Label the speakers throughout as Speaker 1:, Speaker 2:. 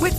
Speaker 1: With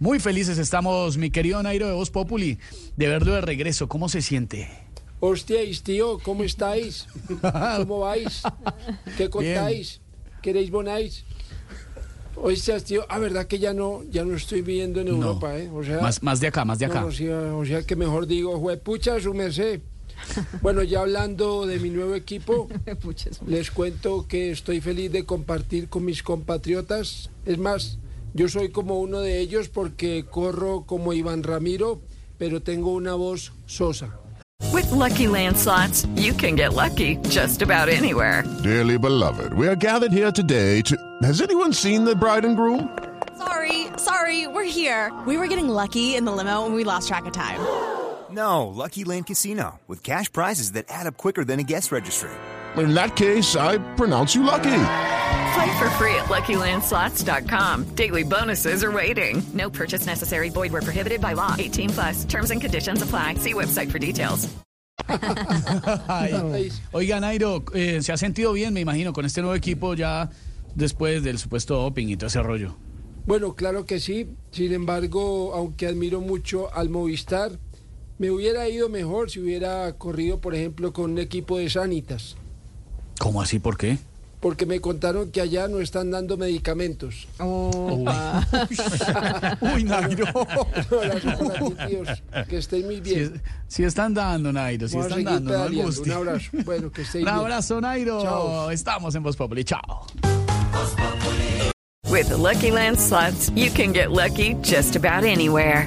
Speaker 2: Muy felices estamos, mi querido Nairo de Voz Populi, de verlo de regreso. ¿Cómo se siente?
Speaker 3: Hostiais, tío, ¿cómo estáis? ¿Cómo vais? ¿Qué contáis? ¿Queréis bonáis? Hostias, tío, ah, verdad que ya no, ya no estoy viviendo en Europa, ¿eh? O sea,
Speaker 2: Más, más de acá, más de acá.
Speaker 3: no, pues. o sea, o sea que mejor digo, juepucha su merced. Bueno, ya hablando de mi nuevo equipo, les cuento que estoy feliz de compartir con mis compatriotas. Es más, yo soy como uno de ellos porque corro como Iván Ramiro, pero tengo una voz sosa.
Speaker 1: With Lucky Land slots, you can get lucky just about anywhere.
Speaker 4: Dearly beloved, we are gathered here today to. Has anyone seen the bride and groom?
Speaker 5: Sorry, sorry, we're here. We were getting lucky in the limo and we lost track of time.
Speaker 6: No, Lucky Land Casino, with cash prizes that add up quicker than a guest registry.
Speaker 4: In that case, I pronounce you lucky.
Speaker 1: Play for free at LuckyLandSlots.com. Daily bonuses are waiting. No purchase necessary. Void were prohibited by law. 18 plus. Terms and conditions apply. See website for details.
Speaker 2: Ay. Oiga, Nairo, eh, se ha sentido bien, me imagino, con este nuevo equipo ya después del supuesto doping y todo ese rollo.
Speaker 3: Bueno, claro que sí. Sin embargo, aunque admiro mucho al Movistar, me hubiera ido mejor si hubiera corrido, por ejemplo, con un equipo de Sanitas,
Speaker 2: ¿Cómo así? ¿Por qué?
Speaker 3: porque me contaron que allá no están dando medicamentos.
Speaker 2: Uy, Nairo.
Speaker 3: Abrazo para ti, tíos. Que estéis muy
Speaker 2: Si
Speaker 3: bien.
Speaker 2: están dando, Nairo, si
Speaker 3: Vamos
Speaker 2: están
Speaker 3: a seguir
Speaker 2: dando, no
Speaker 3: pedaleando.
Speaker 2: angustie.
Speaker 3: Un abrazo. Bueno, que estéis
Speaker 2: Un
Speaker 3: bien.
Speaker 2: abrazo, Nairo.
Speaker 3: Chao.
Speaker 2: Estamos en Voz Populi. Chao.
Speaker 1: With Lucky Land slots, you can get lucky just about anywhere.